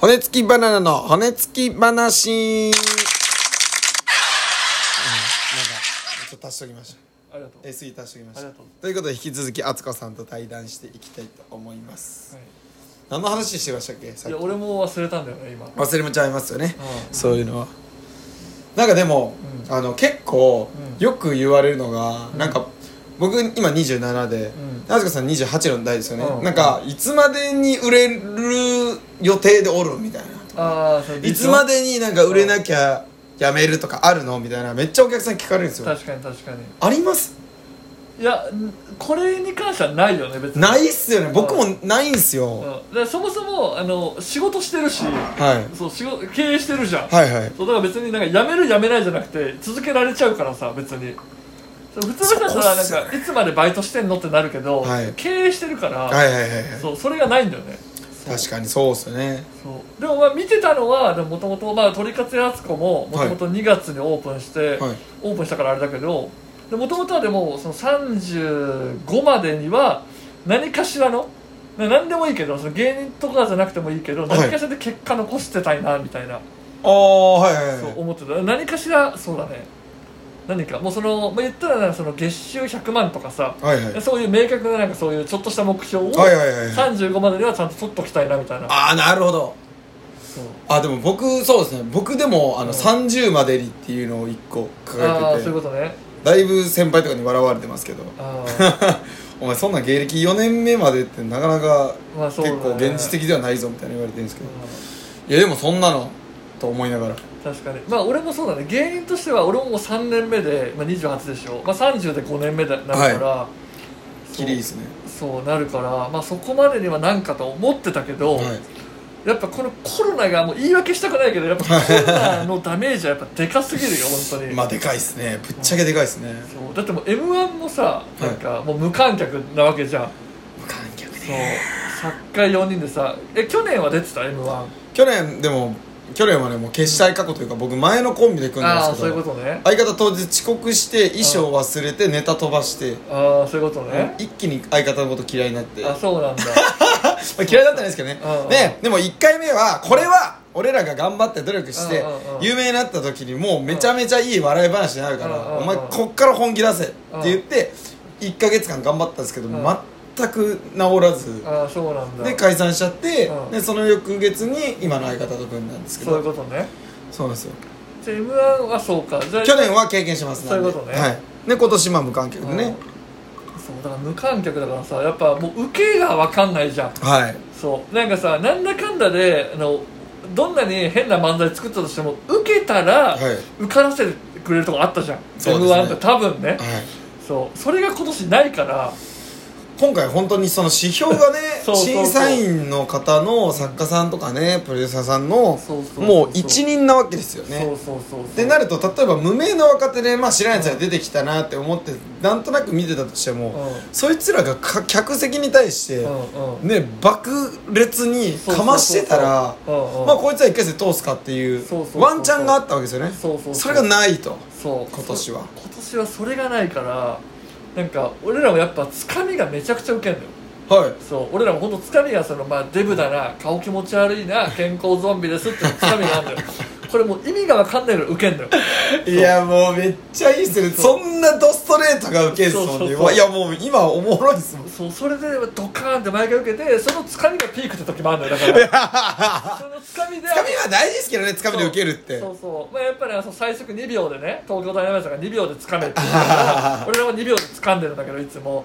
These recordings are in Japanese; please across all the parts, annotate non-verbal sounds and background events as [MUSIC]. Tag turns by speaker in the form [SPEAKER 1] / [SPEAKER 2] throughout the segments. [SPEAKER 1] 骨付きバナナの骨付き話。うん、なんか、ちょっと足しときました。
[SPEAKER 2] ありがとう。
[SPEAKER 1] え、次足しときました。
[SPEAKER 2] ありがとう
[SPEAKER 1] いうことで、引き続き、敦子さんと対談していきたいと思います。
[SPEAKER 2] い、
[SPEAKER 1] 何の話してましたっけさっ
[SPEAKER 2] や
[SPEAKER 1] き
[SPEAKER 2] 俺も忘れたんだよね今。うん。
[SPEAKER 1] 忘れもちゃいますよね。そういうのは。なんかでも、
[SPEAKER 2] うん
[SPEAKER 1] あの、結構、
[SPEAKER 2] うん
[SPEAKER 1] よく言われるのが、
[SPEAKER 2] うん
[SPEAKER 1] なんか、僕今27で、
[SPEAKER 2] ん
[SPEAKER 1] あずかさん28の代ですよね、
[SPEAKER 2] うん
[SPEAKER 1] なんかいつまでに売れる予定でおるみたいな
[SPEAKER 2] ああ、それ
[SPEAKER 1] いつまでになんか売れなきゃやめるとかあるのみたいなめっちゃお客さん聞かれるんですよ
[SPEAKER 2] 確かに確かに。
[SPEAKER 1] あります
[SPEAKER 2] いやんこれに関してはないよね別に。
[SPEAKER 1] ないっすよね僕もないんすよ、
[SPEAKER 2] うん。でそもそもあの仕事してるし、
[SPEAKER 1] はい、
[SPEAKER 2] そう仕事経営してるじゃん。
[SPEAKER 1] はいはい
[SPEAKER 2] そうだから別になんか辞める辞めないじゃなくて続けられちゃうからさ別に。そう普通の人だった
[SPEAKER 1] そ
[SPEAKER 2] ら
[SPEAKER 1] こっ
[SPEAKER 2] なん
[SPEAKER 1] す
[SPEAKER 2] かいつまでバイトしてんのってなるけど、
[SPEAKER 1] はい
[SPEAKER 2] 経営してるから、
[SPEAKER 1] はいはいはいはい
[SPEAKER 2] そうそれがないんだよね。
[SPEAKER 1] 確かにそうっすよね
[SPEAKER 2] そうでもまあ見てたのはもともと鳥勝やつ子ももともと2月にオープンして、
[SPEAKER 1] はい
[SPEAKER 2] オープンしたからあれだけどもともとはでもその35までには何かしらのな何でもいいけどその芸人とかじゃなくてもいいけど
[SPEAKER 1] はい
[SPEAKER 2] 何かしらで結果残してたいなみたいな、
[SPEAKER 1] ああはいはいはい
[SPEAKER 2] そう思ってた何かしらそうだね何かもうその、まあ、言ったらその月収100万とかさ
[SPEAKER 1] はいはい
[SPEAKER 2] そういう明確ななんかそういうちょっとした目標を
[SPEAKER 1] はいはいはいはい
[SPEAKER 2] 35までにはちゃんと取っときたいなみたいな
[SPEAKER 1] ああなるほど
[SPEAKER 2] そう
[SPEAKER 1] あでも僕そうですね僕でもあの
[SPEAKER 2] うん
[SPEAKER 1] 30までにっていうのを1個
[SPEAKER 2] あ
[SPEAKER 1] 掲げ
[SPEAKER 2] あそう
[SPEAKER 1] て
[SPEAKER 2] いう
[SPEAKER 1] て
[SPEAKER 2] ことね
[SPEAKER 1] だいぶ先輩とかに笑われてますけど
[SPEAKER 2] あー
[SPEAKER 1] [LAUGHS] お前そんな芸歴4年目までってなかなか
[SPEAKER 2] まあそうだ
[SPEAKER 1] 結
[SPEAKER 2] ね
[SPEAKER 1] 構現実的ではないぞみたいな言われてるんですけ
[SPEAKER 2] う
[SPEAKER 1] ど
[SPEAKER 2] ん
[SPEAKER 1] いやでもそんなのと思いながら
[SPEAKER 2] 確かにまあ俺もそうだね芸人としては俺ももう3年目で、まあ、28でしょ、まあ、30で5年目だなるから、
[SPEAKER 1] きりいいですね
[SPEAKER 2] そうなるから、まあ、そこまでにはなんかと思ってたけど、
[SPEAKER 1] はい
[SPEAKER 2] やっぱこのコロナがもう言い訳したくないけどやっぱコロナ
[SPEAKER 1] [LAUGHS]
[SPEAKER 2] のダメージはやっぱでかすぎるよ本当に、
[SPEAKER 1] まあでかいっすねぶっちゃけでかいっすね
[SPEAKER 2] そうだってもう m 1もさなんかもう無観客なわけじゃん、
[SPEAKER 1] 無観客
[SPEAKER 2] そう作家4人でさえ去年は出てた m 1
[SPEAKER 1] 去年でも去年はねもう決死過去というか僕前のコンビで組んで
[SPEAKER 2] あ
[SPEAKER 1] ま
[SPEAKER 2] あ
[SPEAKER 1] す
[SPEAKER 2] そう
[SPEAKER 1] け
[SPEAKER 2] いうこ
[SPEAKER 1] ど
[SPEAKER 2] とね
[SPEAKER 1] 相方当日遅刻して衣装忘れてネタ飛ばして
[SPEAKER 2] ああそういうことね
[SPEAKER 1] 一気に相方のこと嫌いになって
[SPEAKER 2] あそうなんだ
[SPEAKER 1] まあ嫌いだったんですけどね
[SPEAKER 2] うんうん
[SPEAKER 1] ねでも1回目はこれは俺らが頑張って努力して
[SPEAKER 2] うんうんうん
[SPEAKER 1] 有名になった時にもうめちゃめちゃいい笑い話になるか
[SPEAKER 2] うんうん
[SPEAKER 1] ら
[SPEAKER 2] うん
[SPEAKER 1] お前こっから本気出せって
[SPEAKER 2] うん
[SPEAKER 1] 言って1ヶ月間頑張ったんですけど
[SPEAKER 2] ん
[SPEAKER 1] 全く治らず
[SPEAKER 2] ああそうなんだ
[SPEAKER 1] で解散しちゃって
[SPEAKER 2] うん
[SPEAKER 1] でその翌月に今の相方と組んだんですけ
[SPEAKER 2] そういう
[SPEAKER 1] ど
[SPEAKER 2] ことね
[SPEAKER 1] そうなんですよ
[SPEAKER 2] じゃあ m 1はそうかじゃあ
[SPEAKER 1] 去年は経験してますなんで
[SPEAKER 2] そういうことね
[SPEAKER 1] はいで今年まあ無観客でね
[SPEAKER 2] そうだから無観客だからさやっぱもう受けが分かんないじゃん
[SPEAKER 1] はい
[SPEAKER 2] そうなんかさなんだかんだであのどんなに変な漫才作ったとしても受けた
[SPEAKER 1] は
[SPEAKER 2] ら、
[SPEAKER 1] い
[SPEAKER 2] 受からせてくれるとこあったじゃん、
[SPEAKER 1] そうで
[SPEAKER 2] m
[SPEAKER 1] すね
[SPEAKER 2] 1って多分ね
[SPEAKER 1] はい
[SPEAKER 2] そうそれが今年ないから
[SPEAKER 1] 今回本当にその指標がね
[SPEAKER 2] [LAUGHS] そうそうそう
[SPEAKER 1] 審査員の方の作家さんとかねプロデューサーさんの
[SPEAKER 2] そうそうそう
[SPEAKER 1] もう一人なわけですよ
[SPEAKER 2] そう
[SPEAKER 1] ね
[SPEAKER 2] そうそうそ
[SPEAKER 1] っ
[SPEAKER 2] う
[SPEAKER 1] てなると例えば無名の若手で、まあ、知らないやつが出てきたなって思ってなんとなく見てたとしても、
[SPEAKER 2] う
[SPEAKER 1] そいつらがか客席に対して、
[SPEAKER 2] うんうん
[SPEAKER 1] ね爆裂にかましてたら
[SPEAKER 2] そうそうそうそううんうん
[SPEAKER 1] まあこいつは1回戦通すかっていう
[SPEAKER 2] そうそうそう
[SPEAKER 1] ワンチャンがあったわけですよね
[SPEAKER 2] そうそうそう
[SPEAKER 1] れがないと
[SPEAKER 2] そう
[SPEAKER 1] 今年は
[SPEAKER 2] 今年はそれがないからなんか俺らもやっぱつかみがめちゃくちゃウケんのよ
[SPEAKER 1] はい
[SPEAKER 2] そう俺らも本当つかみがその、まあ、デブだな顔気持ち悪いな健康ゾンビですってつかみがあるのよこれもう意味が分かんないからウケんのよ
[SPEAKER 1] いやもうめっちゃいいっすね
[SPEAKER 2] そ
[SPEAKER 1] そんなドストレートがウケるっすもん
[SPEAKER 2] そうそう
[SPEAKER 1] ね
[SPEAKER 2] そう
[SPEAKER 1] うわいやもう今おもろいっすもん
[SPEAKER 2] そうそれでドカーンって毎回受けてそのつかみがピークって時もあるのよだからそのつかみで
[SPEAKER 1] つかみは大事ですけどねつかみでウケるって
[SPEAKER 2] そうそう、まあ、やっぱり、ね、その最速2秒でね東京ダイナマイトが2秒で掴めっていうから俺らも2秒で掴んでるんだけどいつも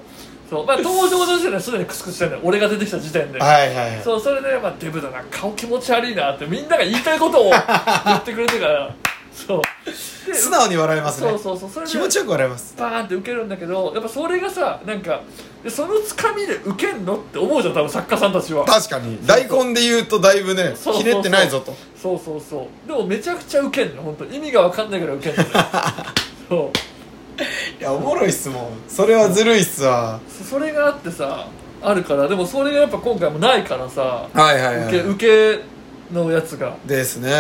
[SPEAKER 2] そうまあ登場の時点ですでにクスクスしてるのよ俺が出てきた時点で
[SPEAKER 1] はいはいはい
[SPEAKER 2] そうそれで、まあ、デブだな顔気持ち悪いなってみんなが言いたいことを言ってくれてからそうで
[SPEAKER 1] 素直に笑えます
[SPEAKER 2] そ
[SPEAKER 1] ね
[SPEAKER 2] うそうそうそれで
[SPEAKER 1] 気持ちよく笑えます
[SPEAKER 2] バーンって受けるんだけどやっぱそれがさなんかでそのつかみで受けんのって思うじゃん多分作家さんたちは
[SPEAKER 1] 確かに大根で言うとだいぶね
[SPEAKER 2] そうそうそ
[SPEAKER 1] ひ
[SPEAKER 2] う
[SPEAKER 1] ねってないぞと
[SPEAKER 2] そうそうそうでもめちゃくちゃ受けんの本当意味が分かんないからい受 [LAUGHS] けんのよそう
[SPEAKER 1] いやおもろいっすもんそれはずるいっすわ
[SPEAKER 2] そそれがあってさあるからでもそれがやっぱ今回もないからさ
[SPEAKER 1] はいはい
[SPEAKER 2] 受
[SPEAKER 1] は
[SPEAKER 2] け
[SPEAKER 1] い
[SPEAKER 2] 受けのやつが
[SPEAKER 1] ですね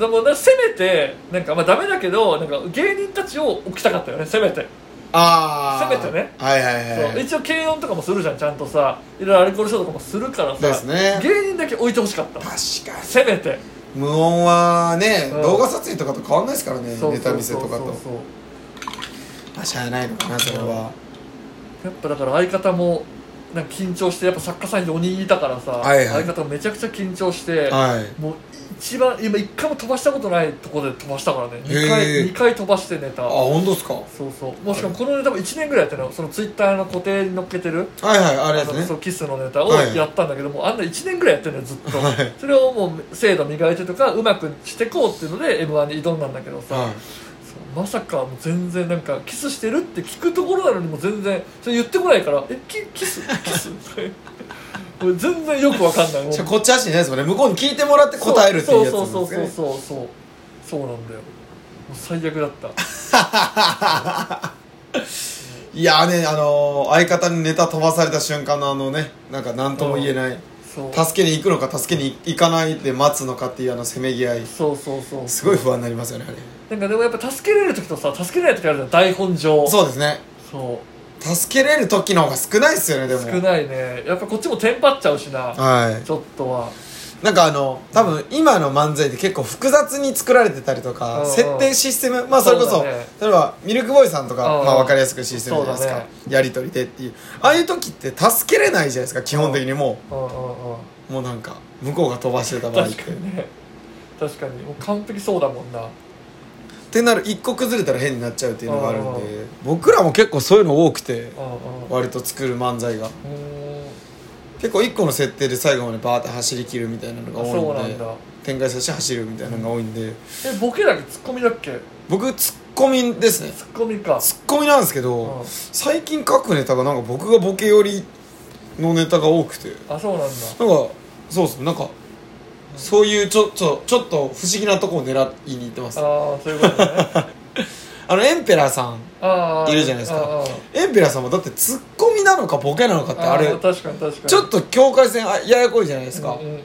[SPEAKER 2] そうでもなせめてなんかまあダメだけどなんか芸人たちを置きたかったよねせめて
[SPEAKER 1] ああ
[SPEAKER 2] せめてね
[SPEAKER 1] はいはいはい
[SPEAKER 2] そう一応軽音とかもするじゃんちゃんとさいろいろアルコール消毒もするからさ
[SPEAKER 1] ですね
[SPEAKER 2] 芸人だけ置いてほしかった
[SPEAKER 1] 確かに
[SPEAKER 2] せめて
[SPEAKER 1] 無音はね、
[SPEAKER 2] うん
[SPEAKER 1] 動画撮影とかと変わんないですからね
[SPEAKER 2] そう
[SPEAKER 1] ネタ見せとか
[SPEAKER 2] そ
[SPEAKER 1] と
[SPEAKER 2] うそうそう
[SPEAKER 1] まあしゃあないのかなそれは、
[SPEAKER 2] やっぱだから相方もなんか緊張してやっぱ作家さん4人いたからさ、
[SPEAKER 1] はいはい
[SPEAKER 2] 相方もめちゃくちゃ緊張して、
[SPEAKER 1] はい
[SPEAKER 2] もう一番今1回も飛ばしたことないところで飛ばしたからね2
[SPEAKER 1] へー
[SPEAKER 2] 回二回飛ばしてネタ
[SPEAKER 1] あ本当ですかは
[SPEAKER 2] そうそうもうしかもこのネタも1年ぐらいやってるのそのツイッターの固定に載っけてる
[SPEAKER 1] いはいあれ
[SPEAKER 2] あの
[SPEAKER 1] です
[SPEAKER 2] そう
[SPEAKER 1] ね
[SPEAKER 2] キスのネタを
[SPEAKER 1] はい
[SPEAKER 2] やったんだけど、もうあんな1年ぐらいやってるのよずっと、
[SPEAKER 1] はい
[SPEAKER 2] それをもう精度磨いてとかうまくしてこうっていうので m 1に挑んだんだけどさ、
[SPEAKER 1] はい
[SPEAKER 2] そうまさかもう全然なんかキスしてるって聞くところなのにもう全然それ言ってこないからえキキスキスもう全然よくわかんないもう
[SPEAKER 1] しかもこっち発信じゃないですもんね向こうに聞いてもらって答えるっていうやつなん
[SPEAKER 2] そう
[SPEAKER 1] で
[SPEAKER 2] そうそう
[SPEAKER 1] すね
[SPEAKER 2] そうそうそうなんだよもう最悪だった
[SPEAKER 1] いやーねあのー相方にネタ飛ばされた瞬間のあのねなんか何とも言えない
[SPEAKER 2] そう
[SPEAKER 1] 助けに行くのか助けに行かないで待つのかっていうあのせめぎ合い
[SPEAKER 2] そうそうそう
[SPEAKER 1] すごい不安になりますよねあれ
[SPEAKER 2] なんかでもやっぱ助けられる時とさ助けられない時あるじゃん台本上
[SPEAKER 1] そうですね
[SPEAKER 2] そう
[SPEAKER 1] 助けれる時の方が少ないですよねでも
[SPEAKER 2] 少ないねやっぱこっちもテンパっちゃうしな
[SPEAKER 1] はい
[SPEAKER 2] ちょっとは
[SPEAKER 1] なんかあの多分今の漫才って結構複雑に作られてたりとか、
[SPEAKER 2] うんうん
[SPEAKER 1] 設定システムまあそれこそ、
[SPEAKER 2] そうだね
[SPEAKER 1] 例えばミルクボーイさんとか、
[SPEAKER 2] うんうん
[SPEAKER 1] まあ、分かりやすくシステムじゃないです
[SPEAKER 2] そ
[SPEAKER 1] か、
[SPEAKER 2] うだね
[SPEAKER 1] やり取りでっていうああいう時って助けれないじゃないですか基本的にも
[SPEAKER 2] うんうんうん
[SPEAKER 1] う、もうなんか向こうが飛ばしてた場合っ
[SPEAKER 2] 確
[SPEAKER 1] て
[SPEAKER 2] か
[SPEAKER 1] っ
[SPEAKER 2] にね確かにもう完璧そうだもんな
[SPEAKER 1] てなる一個崩れたら変になっちゃうっていうのがあるんで、
[SPEAKER 2] うん
[SPEAKER 1] 僕らも結構そういうの多くて
[SPEAKER 2] うんうんう
[SPEAKER 1] 割と作る漫才が
[SPEAKER 2] ーん
[SPEAKER 1] 結構一個の設定で最後までバーって走り切るみたいなのが多い
[SPEAKER 2] そうなん
[SPEAKER 1] んで
[SPEAKER 2] だ
[SPEAKER 1] 展開させて走るみたいなのが多いんで
[SPEAKER 2] えボケだっけツッコミだっけ
[SPEAKER 1] 僕ツッコミですね
[SPEAKER 2] ツッコミか
[SPEAKER 1] ツッコミなんですけど、
[SPEAKER 2] うん
[SPEAKER 1] 最近書くネタがなんか僕がボケ寄りのネタが多くて
[SPEAKER 2] あそうなんだ
[SPEAKER 1] なんかそうっすねなんかそういうちょちょちょっと不思議なとこを狙いに行ってますあ
[SPEAKER 2] ああそういうことね
[SPEAKER 1] のエンペラーさん
[SPEAKER 2] あ
[SPEAKER 1] [LAUGHS]
[SPEAKER 2] あ
[SPEAKER 1] いるじゃないですか
[SPEAKER 2] ああ
[SPEAKER 1] エンペラーさんもだってツッコミなのかボケなのかって
[SPEAKER 2] あ
[SPEAKER 1] あれ
[SPEAKER 2] ー確かに確かに
[SPEAKER 1] ちょっと境界線あややこいじゃないですか、
[SPEAKER 2] うんうんうん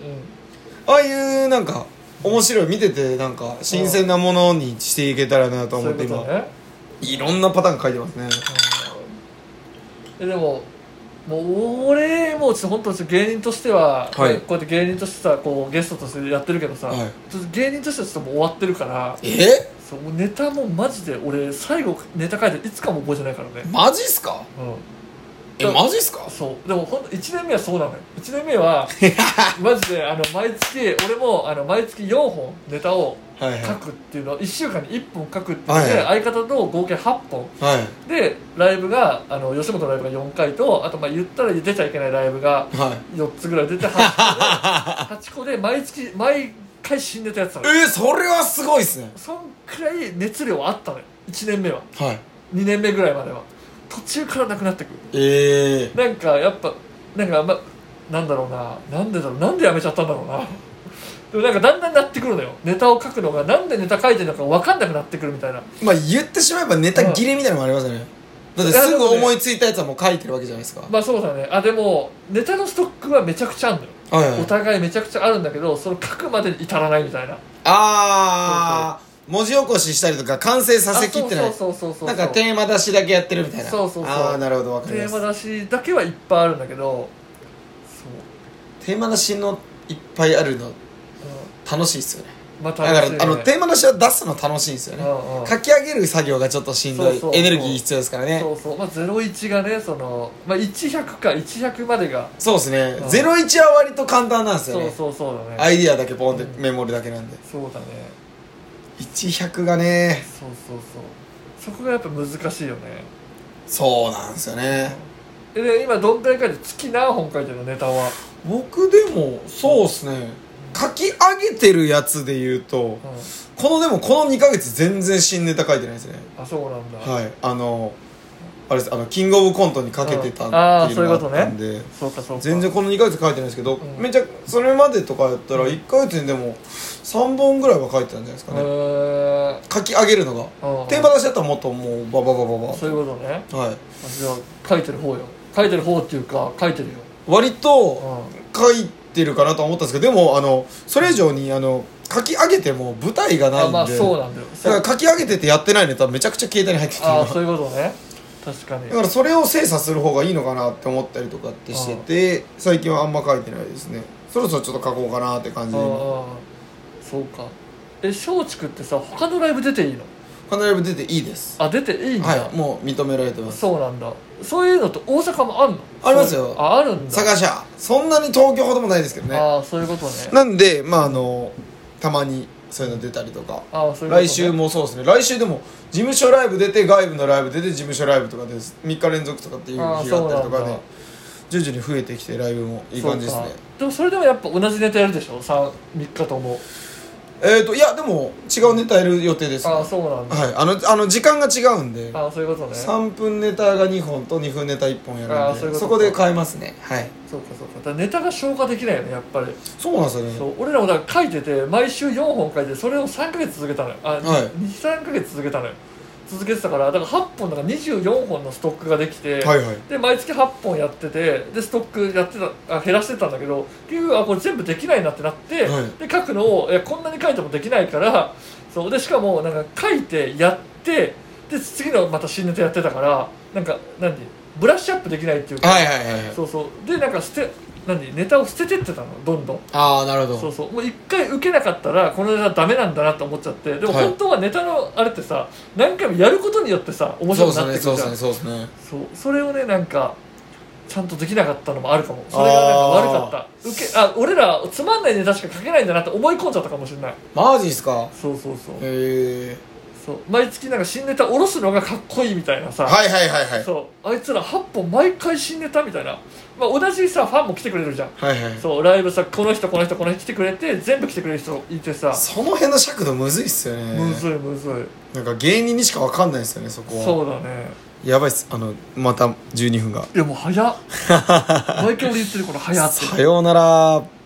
[SPEAKER 1] ああいうなんか面白い見ててなんか新鮮なものにしていけたらなと思
[SPEAKER 2] そうい
[SPEAKER 1] って
[SPEAKER 2] うこと
[SPEAKER 1] 今
[SPEAKER 2] ね
[SPEAKER 1] いろんなパターン書いてますね
[SPEAKER 2] えでももう俺もうちょっと本当ちょっと芸人としては、
[SPEAKER 1] はい
[SPEAKER 2] こうやって芸人としてさこうゲストとしてやってるけどさ、
[SPEAKER 1] はい
[SPEAKER 2] ちょっと芸人としてはちょっともう終わってるから
[SPEAKER 1] え
[SPEAKER 2] そうもうネタもマジで俺最後ネタ書いていつかも覚えてないからね
[SPEAKER 1] マジっすか
[SPEAKER 2] う
[SPEAKER 1] えマジっすか
[SPEAKER 2] んそうでもほんと1年目はそうなのよ1年目はマジであの毎月俺もあの毎月4本ネタを
[SPEAKER 1] はいはい
[SPEAKER 2] 書くっていうのは1週間に1本書くっていうので、
[SPEAKER 1] は
[SPEAKER 2] 相方と合計8本
[SPEAKER 1] はい
[SPEAKER 2] でライブがあの吉本のライブが4回とあとまあ言ったら出ちゃいけないライブが
[SPEAKER 1] はい
[SPEAKER 2] 4つぐらい出て8個で8個で毎月毎回死んでたやつなのよ
[SPEAKER 1] えー、それはすごいですね
[SPEAKER 2] そんくらい熱量はあったのよ1年目は
[SPEAKER 1] はい
[SPEAKER 2] 2年目ぐらいまでは途中からなくなってく
[SPEAKER 1] ええ
[SPEAKER 2] るなんかやっぱなんかあんまなんだろうななんでだろうなんでやめちゃったんだろうなでもなんかだんだんなってくるのよネタを書くのがなんでネタ書いてるのか分かんなくなってくるみたいな
[SPEAKER 1] まあ言ってしまえばネタ切れみたいなのもありますよねだってすぐ思いついたやつはもう書いてるわけじゃないですか
[SPEAKER 2] まあそうだねあでもネタのストックはめちゃくちゃあるのよ
[SPEAKER 1] はいはい
[SPEAKER 2] お互いめちゃくちゃあるんだけどその書くまでに至らないみたいな
[SPEAKER 1] ああ文字起こししたりとか完成させきってない
[SPEAKER 2] そうそうそうそうそう
[SPEAKER 1] なんかテーマ出しだけやってるみたいな
[SPEAKER 2] そうそうそう
[SPEAKER 1] ああなるほどわかり
[SPEAKER 2] テ
[SPEAKER 1] ま
[SPEAKER 2] ー
[SPEAKER 1] す
[SPEAKER 2] マ出しだけはいっぱいあるんだけどそう
[SPEAKER 1] テーマ出しのいっぱいあるの
[SPEAKER 2] う
[SPEAKER 1] 楽しいっすよね
[SPEAKER 2] んま
[SPEAKER 1] だか
[SPEAKER 2] あ
[SPEAKER 1] ら
[SPEAKER 2] 楽しいね
[SPEAKER 1] あのテーマ出しは出すの楽しいんですよね
[SPEAKER 2] うんうん
[SPEAKER 1] 書き上げる作業がちょっとしんど
[SPEAKER 2] そう
[SPEAKER 1] い
[SPEAKER 2] そうそう
[SPEAKER 1] エネルギー必要ですからね
[SPEAKER 2] そうそうまあ01がねその、まあ、1100か100までが
[SPEAKER 1] そうですね
[SPEAKER 2] うん
[SPEAKER 1] 01は割と簡単なんですよ
[SPEAKER 2] そう
[SPEAKER 1] ね
[SPEAKER 2] そうそうだね
[SPEAKER 1] アイディアだけポンって
[SPEAKER 2] うん
[SPEAKER 1] メモるだけなんで
[SPEAKER 2] そうだね
[SPEAKER 1] 100がね
[SPEAKER 2] そうそうそうそこがやっぱ難しいよね
[SPEAKER 1] そうなんですよね
[SPEAKER 2] えで今どんくらい書いてる月何本書いてるのネタは
[SPEAKER 1] 僕でもそうですね書き上げてるやつで言うと
[SPEAKER 2] うん
[SPEAKER 1] このでもこの2ヶ月全然新ネタ書いてないですね
[SPEAKER 2] あそうなんだ、
[SPEAKER 1] はいあのあれですあのキングオブコントにかけてた
[SPEAKER 2] うんあー
[SPEAKER 1] っていうのがあったんで
[SPEAKER 2] そうかそうか
[SPEAKER 1] 全然この2ヶ月書いてないですけど、
[SPEAKER 2] うん
[SPEAKER 1] めちゃそれまでとかやったら1ヶ月にでも3本ぐらいは書いてたんじゃないですか
[SPEAKER 2] へ
[SPEAKER 1] ね、
[SPEAKER 2] ー
[SPEAKER 1] 書き上げるのが、
[SPEAKER 2] うんうん
[SPEAKER 1] テーマ出しだったらもっともうバババ
[SPEAKER 2] そ
[SPEAKER 1] バ
[SPEAKER 2] ういうことね
[SPEAKER 1] バはい
[SPEAKER 2] あじゃあ書いてる方よ書いてる方っていうか書いてるよ
[SPEAKER 1] 割
[SPEAKER 2] う
[SPEAKER 1] と
[SPEAKER 2] ん
[SPEAKER 1] 書いてるかなと思ったんですけどでもあのそれ以上にあの書き上げても舞台がないん
[SPEAKER 2] あ
[SPEAKER 1] で、
[SPEAKER 2] まあそう
[SPEAKER 1] だ
[SPEAKER 2] なんだよそう
[SPEAKER 1] から書き上げててやってないネタめちゃくちゃ携帯に入ってて
[SPEAKER 2] ああそういうことね確かに
[SPEAKER 1] だからそれを精査する方がいいのかなって思ったりとかってしてて最近はあんま書いてないですねそろそろちょっと書こうかなって感じで今
[SPEAKER 2] ああそうかえ松竹ってさ他のライブ出ていいの
[SPEAKER 1] カナライブ出ていいです
[SPEAKER 2] あ出ていいんだ、
[SPEAKER 1] はいもう認められてます
[SPEAKER 2] そうなんだそういうのって大阪もあるの
[SPEAKER 1] ありますよ
[SPEAKER 2] そうああるんだ
[SPEAKER 1] 探しゃそんなに東京ほどもないですけどね
[SPEAKER 2] ああそういうことね
[SPEAKER 1] なんでまああのたまにそういうの出たりとか
[SPEAKER 2] ああそういうこと、ね、
[SPEAKER 1] 来週もそうですね来週でも事務所ライブ出て外部のライブ出て事務所ライブとかです3日連続とかっていう日があっ
[SPEAKER 2] ああ
[SPEAKER 1] たり
[SPEAKER 2] そうなんだ
[SPEAKER 1] とかで徐々に増えてきてライブもいい感じですね
[SPEAKER 2] そうかでもそれでもやっぱ同じネタやるでしょ 3, 3日とも
[SPEAKER 1] えっ、といやでも違うネタやる予定です、ね、
[SPEAKER 2] ああ
[SPEAKER 1] はい
[SPEAKER 2] そうなんだ、
[SPEAKER 1] あのあの時間が違うんで
[SPEAKER 2] ああそういうことねそうか
[SPEAKER 1] 3分ネタが2本と2分ネタ1本やるん
[SPEAKER 2] ああ
[SPEAKER 1] で
[SPEAKER 2] そういうこと
[SPEAKER 1] そこで変えますねはい
[SPEAKER 2] そうかだからネタが消化できないよねやっぱり
[SPEAKER 1] そうなんですよね
[SPEAKER 2] そう俺らもだから書いてて毎週4本書いてそれを3ヶ月続けたのよあ、
[SPEAKER 1] はい
[SPEAKER 2] 23ヶ月続けたのよ続けてたからだから8本だから24本のストックができて、
[SPEAKER 1] はいはい
[SPEAKER 2] で毎月8本やっててでストックやってたあ減らしてたんだけど結局あこれ全部できないなってなって、
[SPEAKER 1] はい
[SPEAKER 2] で書くのをいやこんなに書いてもできないからそうでしかもなんか書いてやってで次のまた新ネタやってたからなんか何ブラッシュアップできないっていうか、
[SPEAKER 1] はいはいはいはい
[SPEAKER 2] そうそうでなんか捨て何ネタを捨ててってたのどんどん
[SPEAKER 1] ああなるほど
[SPEAKER 2] そうそうもう一回受けなかったらこのネタダメなんだなと思っちゃってでも
[SPEAKER 1] はい
[SPEAKER 2] 本当はネタのあれってさ、何回もやることによってさ面
[SPEAKER 1] そ
[SPEAKER 2] 白
[SPEAKER 1] う
[SPEAKER 2] くなっ
[SPEAKER 1] で
[SPEAKER 2] てく
[SPEAKER 1] すねそうで
[SPEAKER 2] るじゃ
[SPEAKER 1] す
[SPEAKER 2] ん
[SPEAKER 1] ねそうですね
[SPEAKER 2] そうそれをねなんかちゃんとできなかったのもあるかもそれがなんか悪かった受けあ俺らつまんないネタしか書けないんだなって思い込んじゃったかもしれない
[SPEAKER 1] マジっすか
[SPEAKER 2] そうそうそう
[SPEAKER 1] へえ
[SPEAKER 2] そう毎月なんか新ネタ下ろすのがかっこいいみたいなさ、
[SPEAKER 1] はいはいはいはい
[SPEAKER 2] そうあいつら8本毎回新ネタみたいな、まあ、同じさファンも来てくれるじゃん
[SPEAKER 1] はいはい
[SPEAKER 2] そうライブさこの人この人この人来てくれて全部来てくれる人いてさ
[SPEAKER 1] その辺の尺度むずいっすよね
[SPEAKER 2] むずいむずい
[SPEAKER 1] なんか芸人にしかわかんないですよねそこは
[SPEAKER 2] そうだね
[SPEAKER 1] やばいっすあのまた12分が
[SPEAKER 2] [LAUGHS] いやもう早っ毎回俺言ってるこれ早っって
[SPEAKER 1] さようなら